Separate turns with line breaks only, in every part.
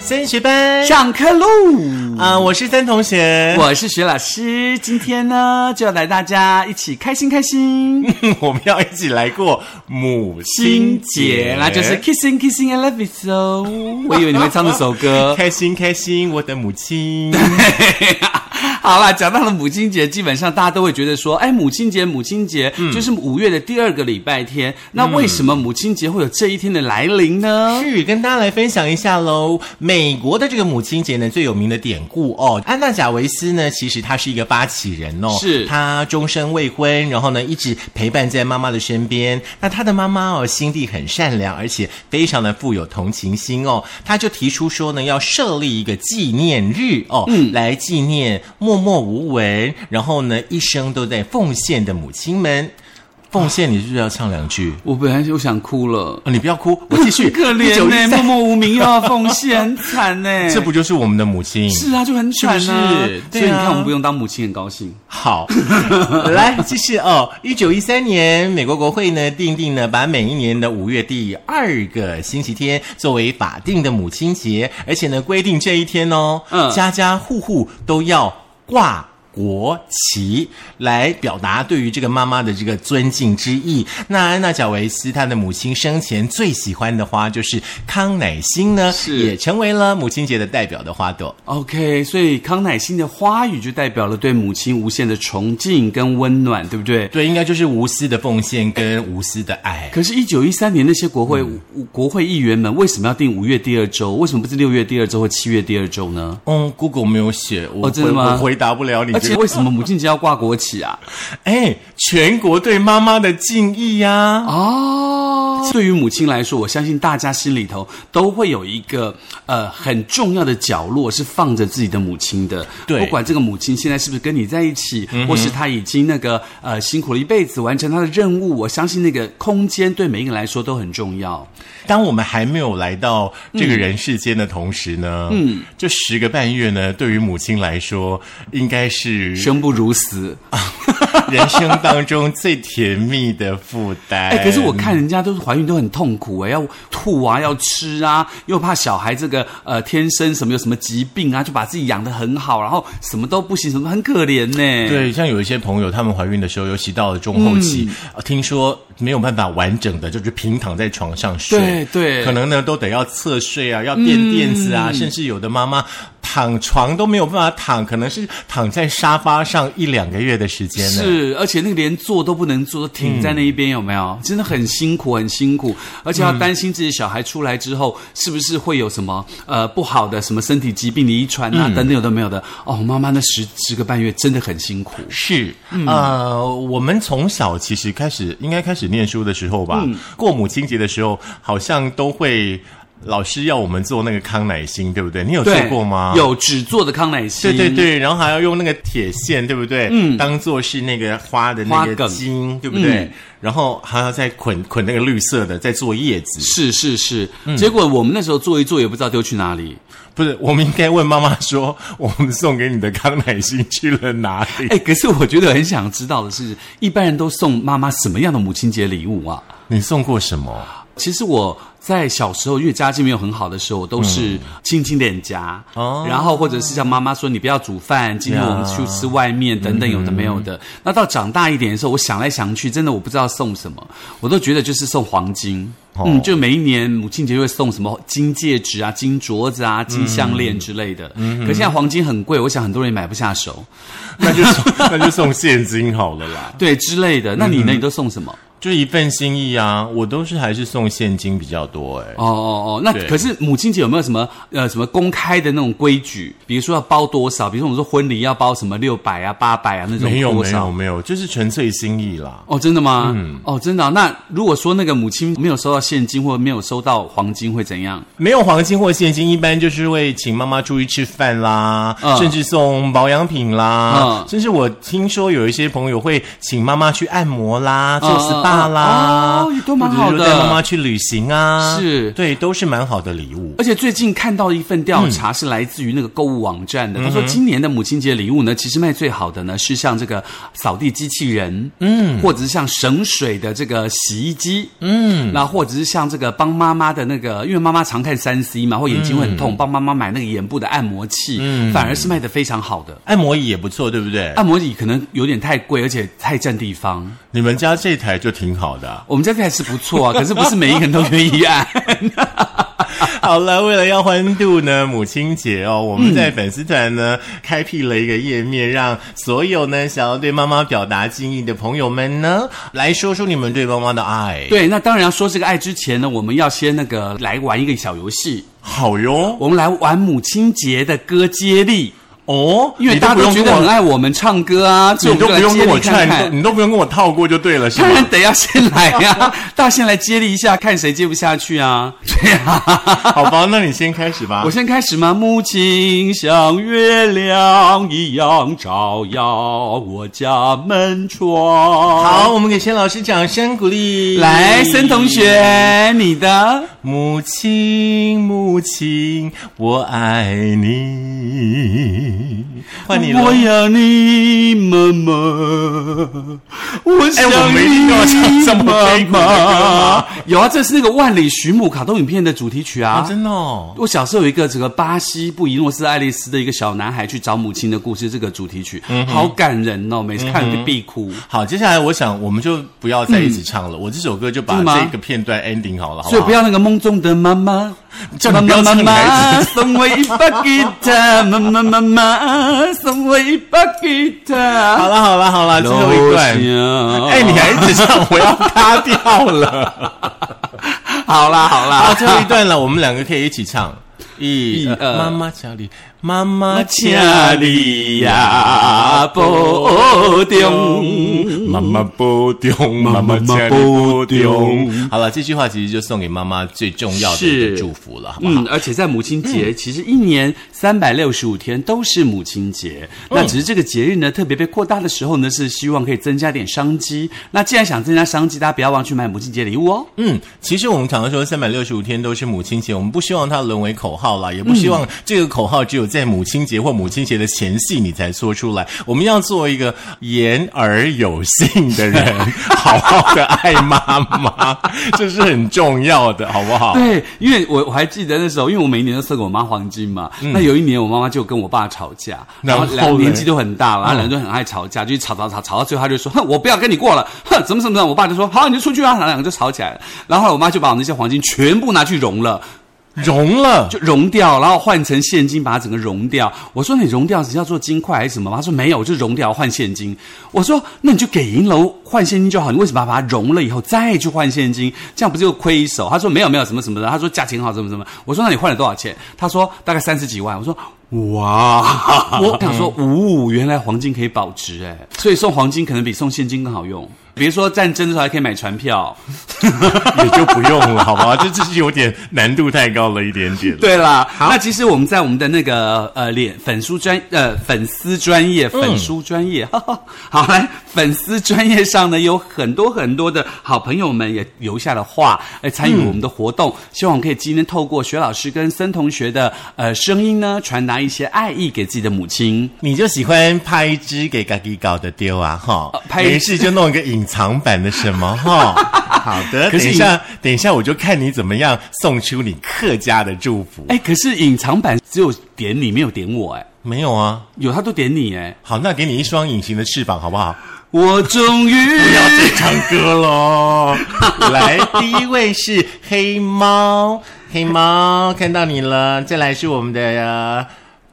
森学班
上课喽！
啊、我是森同学，
我是徐老师，今天呢就要来大家一起开心开心
我们要一起来过母亲
心
节
节，那就是 kissing kissing I love you so。我以为 你会唱这首歌。
开心开心，我的母亲。
好啦，讲到了母亲节，基本上大家都会觉得说，哎，母亲节，母亲节、就是五月的第二个礼拜天。那为什么母亲节会有这一天的来临呢？
是跟大家来分享一下喽。美国的这个母亲节呢，最有名的典故哦，安娜贾维斯呢，其实她是一个发起人哦，
是
她终身未婚，然后呢一直陪伴在妈妈的身边。那她的妈妈哦，心地很善良，而且非常的富有同情心哦，她就提出说呢，要设立一个纪念日哦，
嗯
来纪念默默无闻，然后呢一生都在奉献的母亲们。奉献，你是不是要唱两句？
我本来就想哭了。
哦、你不要哭，我继续。
可怜
1913
呢、默默无名又要奉献， 很惨呢、
这不就是我们的母亲？
是啊，就很惨啊。
是不是对啊
所以你看，我们不用当母亲很高兴。
好，来继续哦。一九一三年，美国国会呢定定呢，把每一年的五月第二个星期天作为法定的母亲节，而且呢规定这一天哦，
嗯
家家户户都要挂。国旗来表达对于这个妈妈的这个尊敬之意。那安娜贾维斯她的母亲生前最喜欢的花就是康乃馨呢，
是
也成为了母亲节的代表的花朵。
OK，所以康乃馨的花语就代表了对母亲无限的崇敬跟温暖，对不对？
对，应该就是无私的奉献跟无私的爱。
可是，一九一三年那些国会、国会议员们为什么要定五月第二周？为什么不是六月第二周或七月第二周呢？
嗯，Google 没有写，我
哦真的
回
吗
我回答不了你
而
这
且，
个。
为什么母亲节要挂国旗啊？
哎，全国对妈妈的敬意呀、
哦，对于母亲来说，我相信大家心里头都会有一个呃很重要的角落是放着自己的母亲的。
对嗯
不管这个母亲现在是不是跟你在一起，或是她已经那个呃辛苦了一辈子完成她的任务，我相信那个空间对每一个人来说都很重要。
当我们还没有来到这个人世间的同时呢，嗯，这十个半月呢，对于母亲来说，应该是
生不如死，
人生当中最甜蜜的负担。
哎、可是我看人家都是怀孕都很痛苦哎、要吐啊，要吃啊，又怕小孩这个呃天生什么有什么疾病啊，就把自己养得很好，然后什么都不行，什么很可怜呢、
对，像有一些朋友，他们怀孕的时候，尤其到了中后期，
嗯
呃听说没有办法完整的，就是平躺在床上睡，
对对嗯
可能呢都得要侧睡啊，要垫垫子啊，甚至有的妈妈躺床都没有办法躺，可能是躺在沙发上一两个月的时间呢。
是，而且那个连坐都不能坐，挺在那一边、有没
嗯
有？真的很辛苦，很辛苦，而且要担心自己小孩出来之后、是不是会有什么呃不好的什么身体疾病的遗传啊、
嗯
等等，有的没有的。哦，妈妈那十十个半月真的很辛苦。
是，
嗯
呃，我们从小其实开始，应该开始念书的时候吧，
嗯
过母亲节的时候，好像都会老师要我们做那个康乃馨，对不对？你有做
对
过吗？
有纸做的康乃馨，
对对对，然后还要用那个铁线，对不对？嗯，当做是那个花的那
花
个
梗
茎，对不对？
嗯
然后还要再捆捆那个绿色的，再做叶子。
是是是，
嗯
结果我们那时候做一做也不知道丢去哪里。
不是，我们应该问妈妈说，我们送给你的康乃馨去了哪里？
哎，可是我觉得很想知道的是，一般人都送妈妈什么样的母亲节礼物啊？
你送过什么？
其实我在小时候，因为家境没有很好的时候，我都是轻轻脸颊，
嗯哦
然后或者是像妈妈说你不要煮饭，今天我们去吃外面等等，有的没有
嗯
的。那到长大一点的时候，我想来想去，真的我不知道送什么，我都觉得就是送黄金。
哦
嗯，就每一年母亲节会送什么金戒指啊、金镯子啊、金项
嗯
链之类的。可现在黄金很贵，我想很多人也买不下手，
嗯那就送 那就送现金好了啦，
对之类的。那你呢？你都送什么？
就一份心意啊！我都是还是送现金比较多哎、
哦哦哦，那
对
可是母亲节有没有什么呃什么公开的那种规矩？比如说要包多少？比如说我们说婚礼要包什么六百啊、八百啊那种
没有
多
没有
少？
没有，就是纯粹心意啦。
哦，真的吗？嗯，哦，真的啊、那如果说那个母亲没有收到现金或者没有收到黄金会怎样？
没有黄金或现金，一般就是会请妈妈出去吃饭啦，
嗯
甚至送保养品啦，
嗯
甚至我听说有一些朋友会请妈妈去按摩啦，做
嗯嗯
SPA 假啦，
哦也都蛮好
或
的
者是带妈妈去旅行啊，
是
对，都是蛮好的礼物。
而且最近看到一份调查是来自于那个购物网站的，他说今年的母亲节礼物呢，其实卖最好的呢是像这个扫地机器人，嗯，或者是像省水的这个洗衣机，嗯，那或者是像这个帮妈妈的那个，因为妈妈常看三 C 嘛，或眼睛会很痛，帮妈妈买那个眼部的按摩器，反而是卖的非常好的。
按摩椅也不错，对不对？
按摩椅可能有点太贵，而且太占地方。
你们家这台就挺好的啊、
我们家这还是不错啊， 可是不是每一个人都愿意按。
好了，为了要欢度呢母亲节哦，我们在粉丝团呢、开辟了一个页面，让所有呢想要对妈妈表达敬意的朋友们呢，来说说你们对妈妈的爱。
对，那当然要说这个爱之前呢，我们要先那个来玩一个小游戏，
好哟，
我们来玩母亲节的歌接力，
哦，
因为
你都
大
不
家都
用
觉
跟
得很
我，
爱我们唱歌啊，所以
你都不
我们就
用
来
跟我
接力看
串，
看。
你都不用跟我套过就对了，是吗
当？ 然得要先来 啊，大家先来接力一下，看谁接不下去啊。对啊，
好吧，那你先开始吧
我。先开始吗？母亲像月亮一样照耀我家门窗。
好，我们给仙老师掌声鼓励。
来，森同，学，你的。
母亲，母亲，我爱你。换你了。
我要你妈妈，我想
哎我没听到唱这
你
么
妈
悲苦的歌
妈。有啊，这是那个万里徐母卡通影片的主题曲
啊，
啊。
真的哦，
我小时候有一个这个巴西布宜诺斯艾利斯的一个小男孩去找母亲的故事，这个主题曲、好感人哦，每次看就必哭。
好，接下来我想我们就不要在一起唱了，我这首歌就把
嗯真的吗
这个片段 ending 好了，好
所以
好
不要那个梦中的妈妈，
叫你
妈
不要
妈妈
唱孩
妈
子
送我一把吉他，妈妈妈妈送我一把吉他。
好了好了好了，最后一段，
段
哎，你还一直唱，我要塌掉 了。
好啦好啦，
好，最后一段了，我们两个可以一起唱。一
二
妈妈家里，妈妈
请
家里
你呀保重。
妈妈保重，妈妈家里保
妈妈保重
重。好了，这句话其实就送给妈妈最重要的一
是
个祝福了，好不好？
嗯，而且在母亲节，其实一年三百六十五天都是母亲节。那只是这个节日呢，特别被扩大的时候呢，是希望可以增加点商机。那既然想增加商机，大家不要忘了去买母亲节礼物哦。
嗯，其实我们常常说三百六十五天都是母亲节，我们不希望它沦为口号啦，也不希望这个口号只有在母亲节或母亲节的前夕你才说出来。我们要做一个言而有信的人，好好的爱妈妈， 这是很重要的，好不好？
对，因为我我还记得那时候，因为我每一年都送给我妈黄金嘛。那有一年我妈妈就跟我爸吵架，
嗯然后嗯
两
嘞
年纪都很大了，然后两个人就很爱吵架，就吵吵吵吵到最后，他就说：“哼，我不要跟你过了，哼，怎么怎么样？”我爸就
嗯
说：“好，你就出去啊！”然后两个就吵起来了。然后后来我妈就把我那些黄金全部拿去融了，
融了。
就融掉，然后换成现金把它整个融掉。我说你融掉只要做金块还是什么吗？他说没有，就融掉换现金。我说那你就给银楼换现金就好，你为什么要把它融了以后再去换现金？这样不是又亏一手？他说没有没有什么什么的，他说价钱好什么什么。我说那你换了多少钱？他说大概三十几万。我说。哇！我想说，呜、原来黄金可以保值哎，所以送黄金可能比送现金更好用。比如说战争的时候还可以买船票，
也就不用了，好不好？这这是有点难度太高了一点点了。
对啦，那其实我们在我们的那个呃脸粉书专呃粉丝专业粉书专业， 哈哈，好来粉丝专业上呢，有很多很多的好朋友们也留下了话，来参与我们的活动。希望我们可以今天透过学老师跟森同学的呃声音呢，传达一些爱意给自己的母亲。
你就喜欢拍一支给嘎叽搞的丢啊，哈、
哦拍一
没事就弄一个隐藏版的什么哈。 好的，
可
等
是
一
你
下，等一下，我就看你怎么样送出你客家的祝福。
哎，可是隐藏版只有点你，没有点我哎。
没有啊，
有他都点你哎，
好，那给你一双隐形的翅膀，好不好？
我终于
不要再唱歌喽！来，第一位是黑猫，黑猫 看到你了。再来是我们的、呃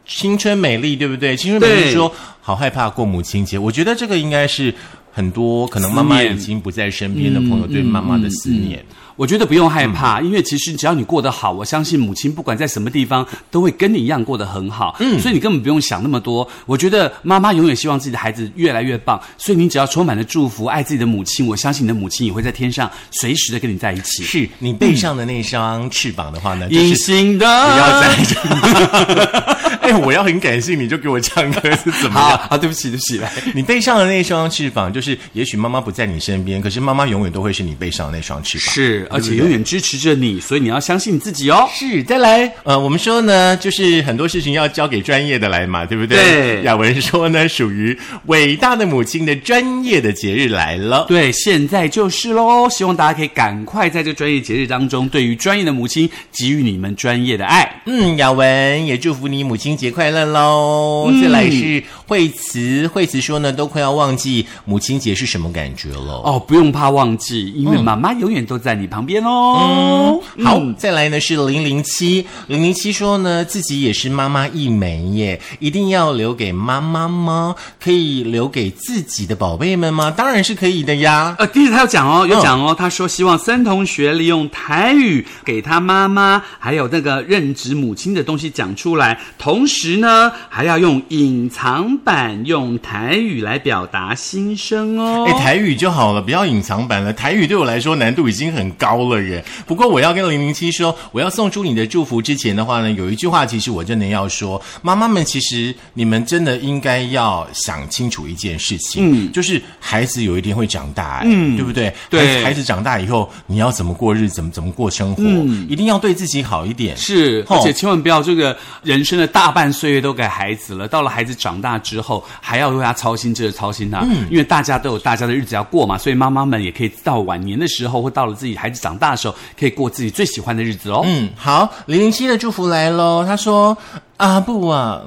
青春美丽，对不对？青春美丽
对
说好害怕过母亲节，我觉得这个应该是很多可能妈妈
思念嗯
已经不在身边的朋友对妈妈的思念。
我觉得不用害怕，因为其实只要你过得好，我相信母亲不管在什么地方都会跟你一样过得很好。嗯，所以你根本不用想那么多。我觉得妈妈永远希望自己的孩子越来越棒，所以你只要充满了祝福，爱自己的母亲，我相信你的母亲也会在天上随时的跟你在一起。
是你背上的那双翅膀的话呢，就
隐
是
形的，
不 要再 这样。哎，我要很感性，你就给我唱歌是 怎么
好
样？
啊，对不起，对不起，来。
你背上的那双翅膀，就是也许妈妈不在你身边，可是妈妈永远都会是你背上的那双翅膀。
是，而且永远支持着你，所以你要相信自己哦。
是，再来，呃，我们说呢，就是很多事情要交给专业的来嘛，对不对？
对
雅文说呢，属于伟大的母亲的专业的节日来了。
对，现在就是喽。希望大家可以赶快在这专业节日当中，对于专业的母亲给予你们专业的爱。
嗯，雅文也祝福你母亲节快乐喽。再来是惠慈，惠慈说呢，都快要忘记母亲节是什么感觉了。
哦，不用怕忘记，因为妈妈永远都在你旁边哦。
好，嗯再来呢是零零七，零零七说呢自己也是妈妈一枚耶，一定要留给妈妈吗？可以留给自己的宝贝们吗？当然是可以的呀。
呃，第一，他有讲哦，有讲哦，他说希望森同学利用台语给他妈妈还有那个任职母亲的东西讲出来，同时呢，还要用隐藏版用台语来表达心声哦。
哎，台语就好了，不要隐藏版了。台语对我来说难度已经很高了耶。不过我要跟零零七说，我要送出你的祝福之前的话呢，有一句话其实我真的要说，妈妈们，其实你们真的应该要想清楚一件事情，嗯，就是孩子有一天会长大，嗯，对不对？
对
孩子孩子长大以后，你要怎么过日子，怎么怎么过生活，一定要对自己好一点。
嗯是，
哦
而且千万不要这个人生的大半岁月都给孩子了，到了孩子长大之后，还要为他操心这个操心那、因为大家都有大家的日子要过嘛，所以妈妈们也可以到晚年的时候，或到了自己孩子长大的时候，可以过自己最喜欢的日子哦。
嗯，好，零零七的祝福来喽。他说：“阿布啊，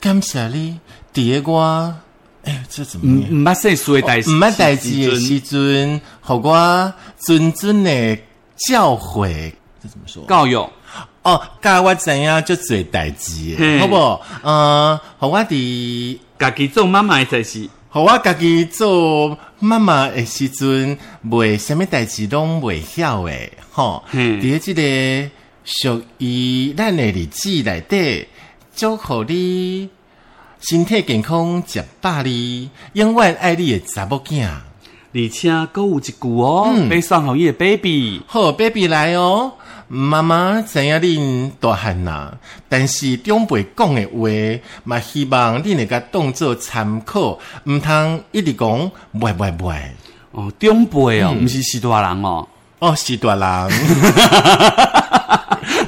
感谢你，蝶瓜。”哎，这怎么念？
嗯，唔捌岁数的代
唔捌代志的时阵，互我谆谆的教诲，这怎么说？
告友，
哦，教我知影就做代志的，
嘿
好不好？呃，互我伫，
家己做妈妈的代志，
互我家己做妈妈的时阵，袂什么代志拢袂晓的，吼。
嗯
伫即个属于咱的日子内底，祝福你身体健康，食饱你，永远爱你的查某囝。
而且还有一句哦，背上好伊的 baby。
好，baby 来哦，妈妈知影恁大汉啦，但是长辈讲的话，嘛希望恁会甲当做参考，毋通一直讲袂袂袂。
哦，长辈哦，唔、是是大人哦，
哦，是大 人。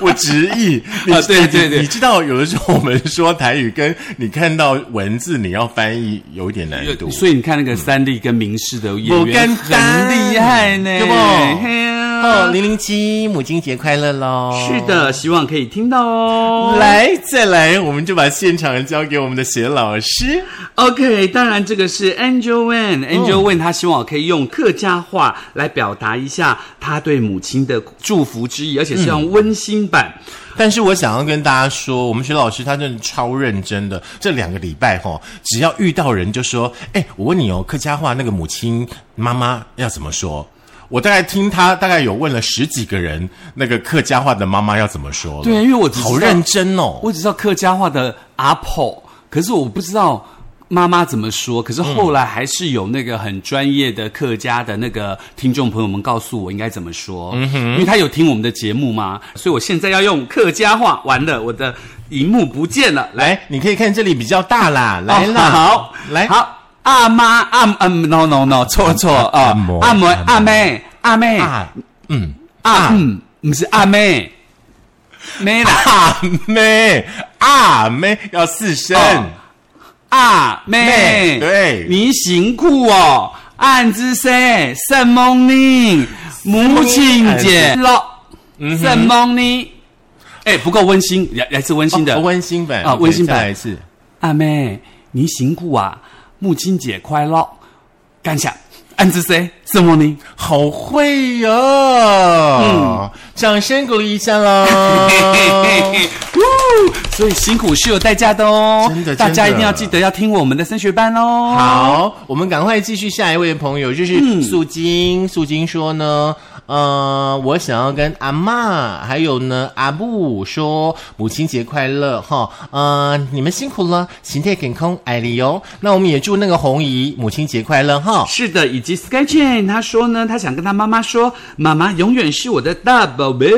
我直译，你
啊对对对
你知道有的时候我们说台语，跟你看到文字你要翻译有一点难度。
所以你看那个三立跟明视的演
不简
员
单
很厉害呢，
对不
嘿啊
哦，零零七母亲节快乐喽！
是的，希望可以听到哦。
来再来，我们就把现场交给我们的谢老师。
OK，当然这个是 Angel Wen，Angel Wen 他希望我可以用客家话来表达一下他对母亲的祝福之意，而且是用温馨版。
但是我想要跟大家说，我们徐老师他真的超认真的。这两个礼拜哈、只要遇到人就说：“哎，我问你哦，客家话那个母亲妈妈要怎么说？”我大概听他大概有问了十几个人，那个客家话的妈妈要怎么说了？
对因为我只知道
好认真哦。
我只知道客家话的阿婆，可是我不知道。妈妈怎么说？可是后来还是有那个很专业的客家的那个听众朋友们告诉我应该怎么说，
嗯
因为他有听我们的节目嘛，所以我现在要用客家话。完了，我的荧幕不见了，来。
来，你可以看这里比较大啦，来啦，
哦好，
来，
好，阿妈阿嗯，no no no，错错啊
阿嬷，
阿妹
阿嬷
阿妹阿妹
啊，嗯，
阿嗯，不是阿妹，妹啦，
啊妹啊妹要四声。
哦阿妹
妹，对
你辛苦哦，俺之谁什么呢？母亲节了，什么呢？哎，不够温馨，来来自温馨的
哦温馨版
啊
OK，
温馨版
再来一次。
阿妹，你辛苦啊，母亲节快乐，感谢。俺之谁什么呢？
好会哟、掌声鼓励一下喽！
呜所以辛苦是有代价的哦，
真的
大家一
真的
定要记得要听我们的升学班哦。，
好，我们赶快继续下一位朋友，就是素金。素金说呢，呃，我想要跟阿妈还有呢阿布说母亲节快乐哈，呃，你们辛苦了，勤天健康，爱你哟。那我们也祝那个红姨母亲节快乐哈。
是的，以及 Sky Chain，他说呢，他想跟他妈妈说，妈妈永远是我的大宝贝，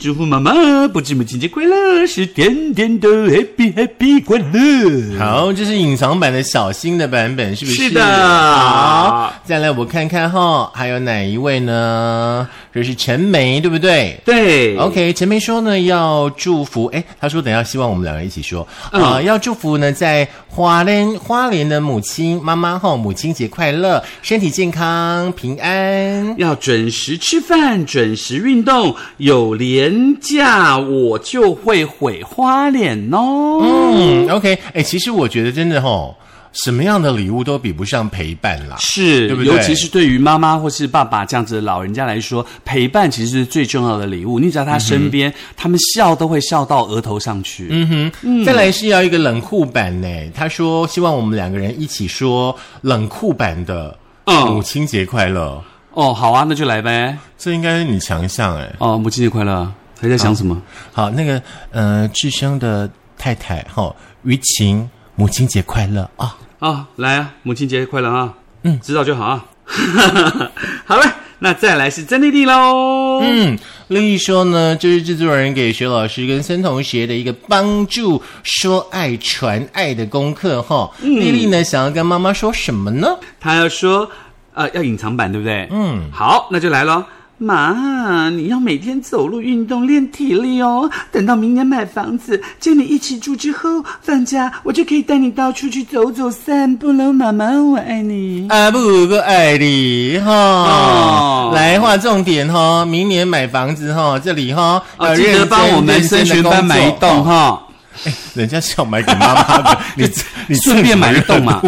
祝福妈妈不止母亲节快乐，是天天都 happy happy 快乐。
好，这是隐藏版的小新的版本，是不是？
嗯是的
好，再来我看看哈，还有哪一位呢？这是陈梅，对不 对？
对
OK，陈梅说呢，要祝福，哎，她说等一下希望我们两个人一起说，啊、要祝福呢，在花莲花莲的母亲妈妈哈，母亲节快乐，身体健康，平安。
要准时吃饭，准时运动。有廉价我就会毁花脸哦。
嗯，OK，哎，其实我觉得真的哈、什么样的礼物都比不上陪伴啦。
是，
对不对
尤其是对于妈妈或是爸爸这样子的老人家来说，陪伴其实是最重要的礼物。你只要他身边，他们笑都会笑到额头上去。嗯，
再来是要一个冷酷版呢，他说希望我们两个人一起说冷酷版的
嗯
母亲节快乐，
哦，好啊，那就来呗。
这应该是你强项哎。
哦，母亲节快乐！还在想什么？
好，那个呃，智生的太太哈、于晴，母亲节快乐啊！
啊、来啊，母亲节快乐啊！嗯，知道就好啊。 好了，那再来是真丽丽喽。嗯，
嗯，丽丽说呢，这是制作人给学老师跟森同学的一个帮助说爱传爱的功课哈、丽丽呢，想要跟妈妈说什么呢？
她要说，呃，要隐藏版，对不对？嗯，好，那就来喽。妈，你要每天走路运动练体力哦。等到明年买房子，跟你一起住之后，放假我就可以带你到处去走走、散步喽。妈妈，我爱你。
啊，不个爱你哈、
哦
来划重点哈、明年买房子哈、这里哈、
啊，
要
记得
认
帮
真
我们
认
升
真地
学班
工
买一
作哦
栋哈。
人家是要买给妈妈的， 你你
顺便买一栋嘛，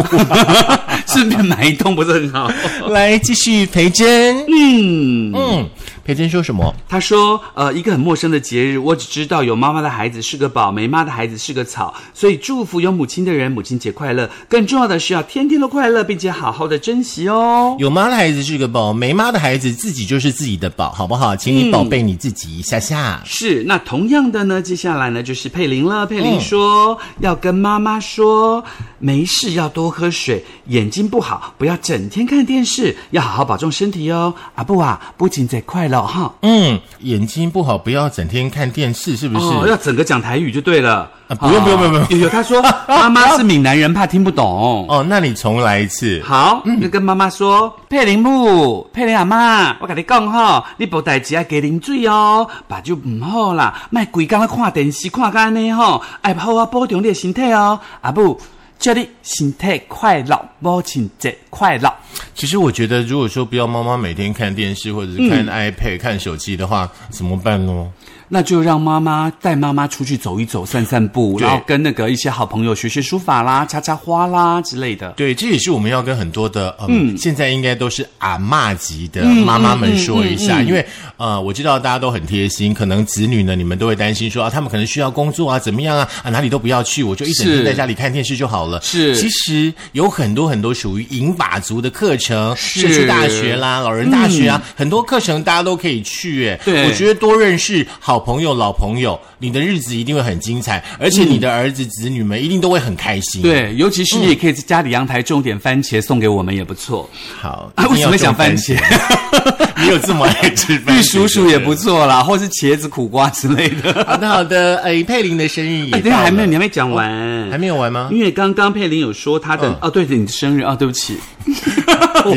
顺便买一栋不是很好？
来，继续培珍。
嗯，
嗯，培珍说什么？
他说，呃，一个很陌生的节日，我只知道有妈妈的孩子是个宝，没妈的孩子是个草，所以祝福有母亲的人母亲节快乐。更重要的是要天天都快乐，并且好好的珍惜哦。
有妈的孩子是个宝，没妈的孩子自己就是自己的宝，好不好？请你宝贝你自己一下下。
是，那同样的呢，接下来呢就是佩玲了。佩玲说、要跟妈妈说，没事要多喝水，眼睛不好不要整天看电视，要好好保重身体哦。阿布啊，不仅节快乐哈。
嗯，眼睛不好，不要整天看电视，是不是？
哦，要整个讲台语就对了。
啊不用不用不用不用
有有，他说妈妈是闽南人，怕听不懂。
哦，那你重来一次。
好，那跟妈妈说，佩玲母，佩玲阿妈，我跟你讲吼、你无代志啊，加啉水哦，目睭唔好啦，莫规工看电视看到安尼吼，爱好好保重你的身体哦，阿母，祝你身体快乐，母亲节快乐。
其实我觉得，如果说不要妈妈每天看电视或者是看 iPad、看手机的话，怎么办呢？
那就让妈妈带妈妈出去走一走、散散步，
对
然后跟那个一些好朋友学学书法啦、插插花啦之类的。
对，这也是我们要跟很多的嗯，现在应该都是阿嬷级的
嗯
妈妈们说一下，因为呃，我知道大家都很贴心，可能子女呢，你们都会担心说啊，他们可能需要工作啊，怎么样啊，啊哪里都不要去，我就一整天
是
在家里看电视就好了。
是
其实有很多很多属于银发族的课程，
是嗯
社区大学啦、老人大学啊，很多课程大家都可以去。哎，
对
我觉得多认识好朋友、老朋友，你的日子一定会很精彩，而且
嗯
你的儿子、子女们一定都会很开心。。
对，尤其是你也可以在家里阳台种点番茄送给我们也不错。
好，
啊
一定要
为什么想
种番
番茄？
你有这么爱吃番茄？
绿薯薯也不错啦，或是茄子、苦瓜之类的。
好的，好的。哎，佩玲的生 日也到
哎，等一
了，
下还没有，你还没讲完，
还没有完吗？
因为刚刚佩玲有说她的、哦，对，你的生日啊、哦，对不起，
嗯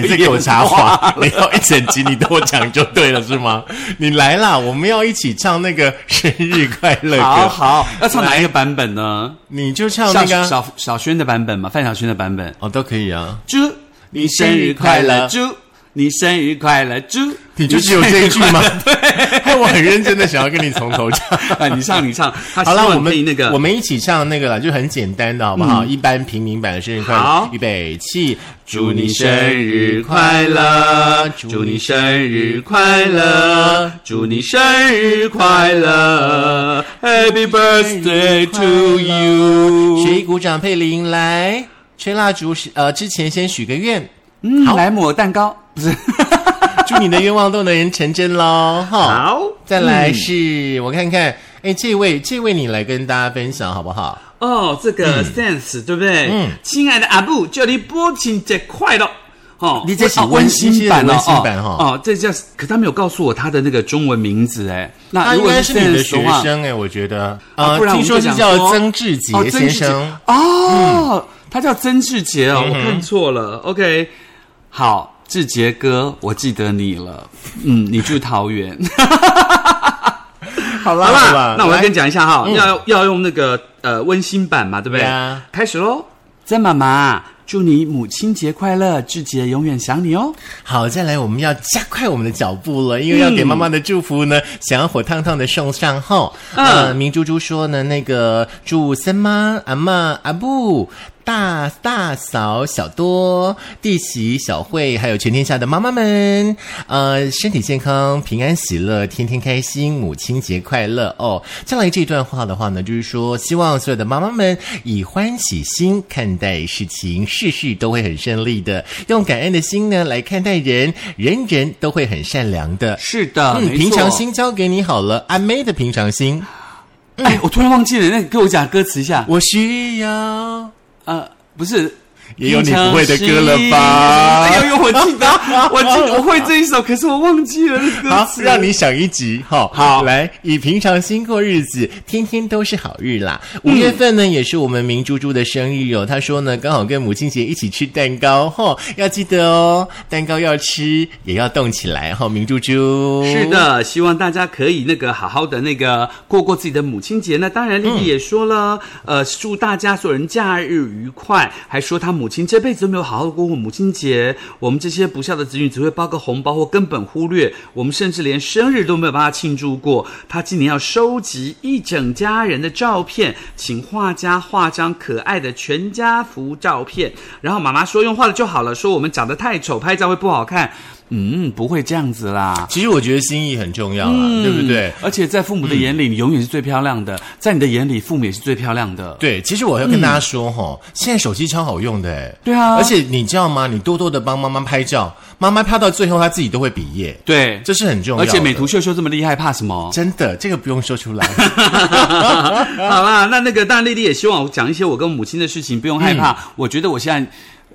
你在给我插话，你要一整集你都我讲就对了是吗？你来啦，我们要一起唱那个生日快乐
好
歌，
好，要唱哪一个版本呢？
你就唱
小
那个啊
小小轩的版本嘛，范晓萱的版本。
哦，都可以啊。
祝你生日快乐，祝你生日快乐，祝
你就只有这一句吗？ 对，害我很认真的想要跟你从头 唱。
啊，你唱你唱，他希
好了，
望
我
可以
们
那个嗯
我们一起唱那个了，就很简单的好不好？一般平民版的生日快乐
好，
预备起，
祝你生日快乐，祝你生日快乐，祝你生日快乐，Happy birthday to you。
谁鼓掌？佩林来 吹蜡烛时，呃，之前先许个愿。
嗯，来抹蛋糕，不是
祝你的愿望都能成真喽！哈，
好
再来是、我看看，哎，这位这位你来跟大家分享好不好？
哦，这个 sense、对不对？
嗯
亲爱的阿布，叫你波情节快乐。哦，
你这是
哦温馨版
温
哦，
馨版
哦
哦，
哦这叫，可他没有告诉我他的那个中文名字哎。那
他
如
应
果
该是你的
sense
学
话
生哎，我觉得，
啊
呃
不，然我
听
们
说
就讲
是
说
叫曾志杰
哦，曾
先
志杰
生，
哦，他叫曾志杰哦，我看错了。OK，好，志杰哥，我记得你了。嗯，你住桃园，
好啦
好嗯
好
啦
啦，，
那我要
来
跟你讲一下哈，要要用那个呃温馨版嘛，对不对
对啊？
开始喽，曾妈妈，祝你母亲节快乐，志杰永远想你哦。
好，再来我们要加快我们的脚步了，因为要给妈妈的祝福呢，想要火烫烫的送上后。
嗯
呃，明珠珠说呢，那个祝森妈、阿妈、阿布。大大嫂、小多、弟媳、小慧，还有全天下的妈妈们，呃，身体健康、平安喜乐，天天开心，母亲节快乐哦！再来这段话的话呢，就是说，希望所有的妈妈们以欢喜心看待事情，事事都会很顺利的，用感恩的心呢来看待人，人人都会很善良的。
是的，
嗯，
啊没错
平常。心交给你好了，阿妹的平常心，
哎，我突然忘记了，那你给我讲歌词一下。
我需要。
呃，不是，
也有你不会的歌了吧
哎呦呦，我 记得，我记我会这一首，可是我忘记了那歌
好，
词。
让你想一集，好，
好
来以平常心过日子，天天都是好日啦。
嗯
五月份呢，也是我们明珠珠的生日哦。她说呢，刚好跟母亲节一起吃蛋糕，哈、要记得哦，蛋糕要吃，也要动起来，哈、明珠珠
是。的，希望大家可以那个好好的那个过过自己的母亲节。那当然，丽丽也说了，呃，祝大家所有人假日愉快，还说她母亲这辈子都没有好好过过母亲节。我们这些不孝的子女只会包个红包或根本忽略，我们甚至连生日都没有帮她庆祝过。她今年要收集一整家人的照片，请画家画张可爱的全家福照片。然后妈妈说用画的就好了，说我们长得太丑，拍照会不好看。嗯，不会这样子啦。
其实我觉得心意很重要啦，
嗯
对不对？嗯
而且在父母的眼里，你永远是最漂亮的；在你的眼里，父母也是最漂亮的。
对，其实我要跟大家说哈、现在手机超好用的哎，
对啊
而且你知道吗？你多多的帮妈妈拍照，妈妈拍到最后她自己都会毕业，
对
这是很重要
而
的。
且美图秀秀这么厉害，怕 什么？
真的，这个不用说出 来。
好啦，那那个，当然丽丽也希望我讲一些我跟母亲的事情，不用害怕。
嗯
我觉得我现在。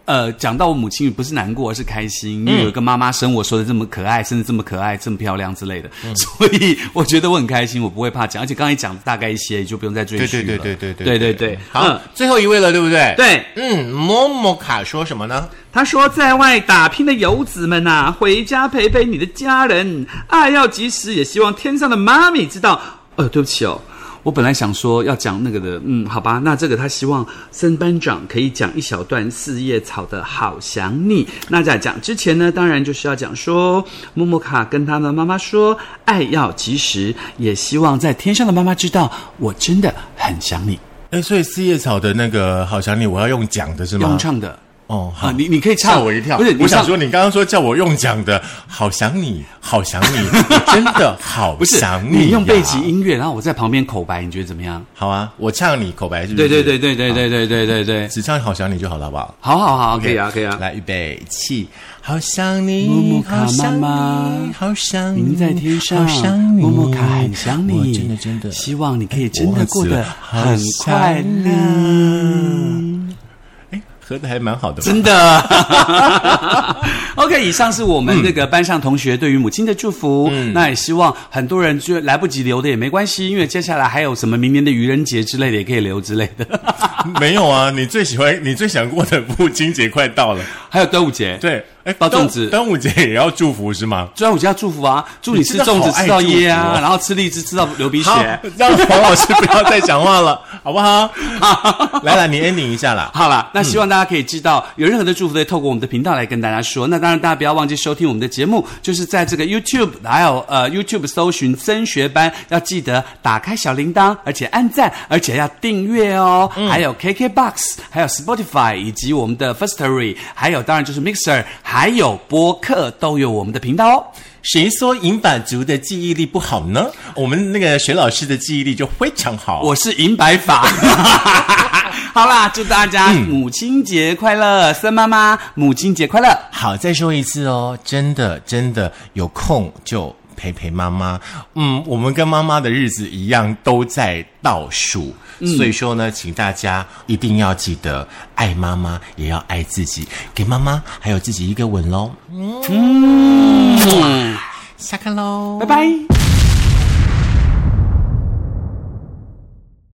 呃，讲到我母亲不是难过，而是开
嗯
心，因为有一个妈妈生我说的这么可爱，甚至这么可爱、这么漂亮之类的，
嗯
所以我觉得我很开心，我不会怕讲，而且刚才讲大概一些，也就不用再追
对
剧
对
了。
对对对
对对对，
好，
嗯
最后一位了，对不对？。
对，
嗯，某某卡说什么呢？
他说，在外打拼的游子们呐、回家陪陪你的家人，爱要及时，也希望天上的妈咪知道。呃，对不起哦。我本来想说要讲那个的，嗯，好吧，那这个他希望森班长可以讲一小段《四叶草的好想你》。那在讲之前呢，当然就是要讲说，莫莫卡跟他的妈妈说，爱要及时，也希望在天上的妈妈知道，我真的很想你。
哎，所以四叶草的那个好想你，我要用讲的是吗
用？唱的
哦，好
啊，，你你可以
吓
唱
我一跳。
不是，你
我想
唱
说你刚刚说叫我用讲的，好想你，好想 你，我真的好
不是
想
你
呀
用背景音乐，然后我在旁边口白，你觉得怎么样？
好啊，我唱你口白是不
嗯对
是？
对对，对对对对对对对，
只唱好想你就好了，好不好？
好好好，可以啊可以啊。
来，预备起，好想
木木
你，
卡
好想
妈妈
你，好想你，
您在天上
好想，你，
默默卡很想
我
你，
真的真的，
希望你可以真
我
的
忘
过
记
得
了
很快乐，
哎，合的还蛮好的吧，
真的。OK，以上是我们那个班上同学对于母亲的祝福。
嗯
那也希望很多人就来不及留的也没关系，因为接下来还有什么明年的愚人节之类的也可以留之类的，
没有啊，你最喜欢你最想过的母亲节快到了，
还有端午节。
对，哎，
包
端
粽子
端午节也要祝福是吗？
端午节要祝福啊，祝你吃
你真
粽
的
子
好爱
吃到噎
祝
啊
福，哦
然后吃荔枝吃到流鼻血。啊
好，让黄老师不要再讲话了，好不好？嗯来了，你 ending 一下啦。
好了，那希望大家可以知道，有任何的祝福都可以透过我们的频道来跟大家说。那当然，大家不要忘记收听我们的节目，就是在这个 YouTube 还有呃 YouTube 搜寻“升学班”，要记得打开小铃铛，而且按赞，而且要订阅哦。
嗯
还有 KKBox，还有 Spotify，以及我们的 Firstory，还有当然就是 Mixer，还有播客都有我们的频道哦。
谁说银发族的记忆力不好呢？哦我们那个学老师的记忆力就非常好。
我是银白发。好啦，祝大家母亲节快乐，森妈妈母亲节快乐。
好，再说一次哦，真的真的有空就陪陪妈妈。嗯，我们跟妈妈的日子一样，都在倒数，
嗯
所以说呢，请大家一定要记得爱妈妈，也要爱自己，给妈妈还有自己一个吻喽。
嗯，
下课喽，
拜拜。